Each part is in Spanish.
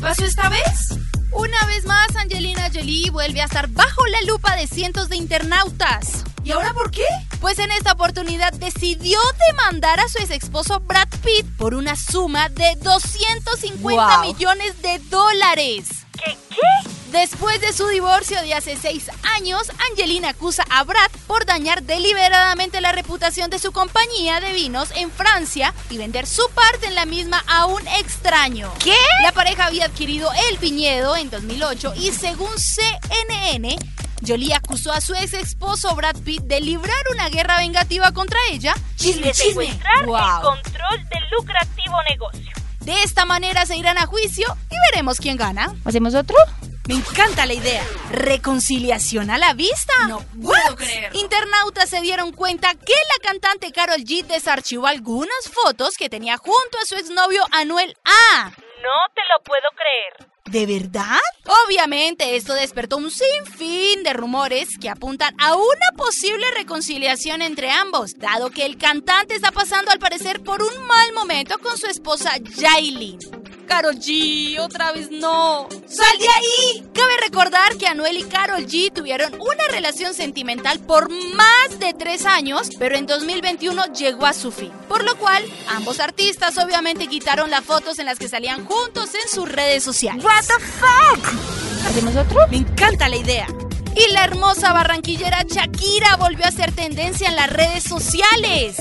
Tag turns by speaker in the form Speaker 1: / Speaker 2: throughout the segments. Speaker 1: pasó esta vez?
Speaker 2: Una vez más, Angelina Jolie vuelve a estar bajo la lupa de cientos de internautas.
Speaker 1: ¿Y ahora por qué?
Speaker 2: Pues en esta oportunidad decidió demandar a su ex esposo Brad Pitt por una suma de 250
Speaker 1: Wow.
Speaker 2: millones de dólares.
Speaker 1: ¿Qué? ¿Qué?
Speaker 2: Después de su divorcio de hace seis años, Angelina acusa a Brad por dañar deliberadamente la reputación de su compañía de vinos en Francia y vender su parte en la misma a un extraño.
Speaker 1: ¿Qué?
Speaker 2: La pareja había adquirido el viñedo en 2008 y según CNN, Jolie acusó a su ex esposo Brad Pitt de librar una guerra vengativa contra ella
Speaker 1: Chisme,
Speaker 2: y
Speaker 1: chisme.
Speaker 2: secuestrar
Speaker 1: Wow.
Speaker 2: el con-
Speaker 3: control del lucrativo negocio.
Speaker 2: De esta manera se irán a juicio y veremos quién gana.
Speaker 3: ¿Hacemos otro?
Speaker 1: Me encanta la idea.
Speaker 2: Reconciliación a la vista.
Speaker 1: No puedo creer.
Speaker 2: Internautas se dieron cuenta que la cantante Carol G desarchivó algunas fotos que tenía junto a su exnovio Anuel A.
Speaker 3: No te lo puedo creer.
Speaker 2: ¿De verdad? Obviamente, esto despertó un sinfín de rumores que apuntan a una posible reconciliación entre ambos, dado que el cantante está pasando al parecer por un mal momento con su esposa Jailin. Carol G, otra vez no.
Speaker 1: ¡Sal de ahí!
Speaker 2: Cabe recordar que Anuel y Carol G tuvieron una relación sentimental por más de tres años, pero en 2021 llegó a su fin. Por lo cual, ambos artistas obviamente quitaron las fotos en las que salían juntos en sus redes sociales.
Speaker 1: What the fuck?
Speaker 3: ¿Hacemos otro?
Speaker 1: Me encanta la idea.
Speaker 2: Y la hermosa barranquillera Shakira volvió a ser tendencia en las redes sociales.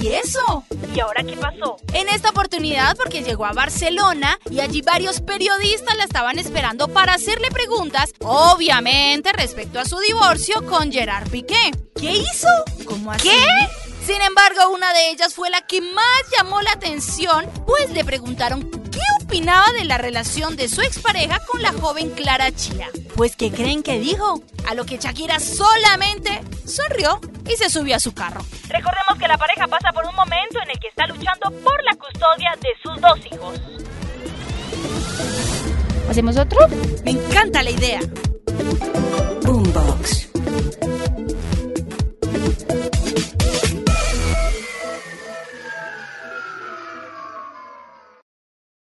Speaker 2: ¿Y eso?
Speaker 3: ¿Y ahora qué pasó?
Speaker 2: En esta oportunidad porque llegó a Barcelona y allí varios periodistas la estaban esperando para hacerle preguntas, obviamente respecto a su divorcio con Gerard Piqué. ¿Qué hizo? ¿Cómo así? ¿Qué? Sin embargo, una de ellas fue la que más llamó la atención, pues le preguntaron qué opinaba de la relación de su expareja con la joven Clara Chía. Pues, ¿qué creen que dijo? A lo que Shakira solamente sonrió y se subió a su carro.
Speaker 3: Recordemos que la pareja pasa por un momento en el que está luchando por la custodia de sus dos hijos. ¿Hacemos otro?
Speaker 1: Me encanta la idea.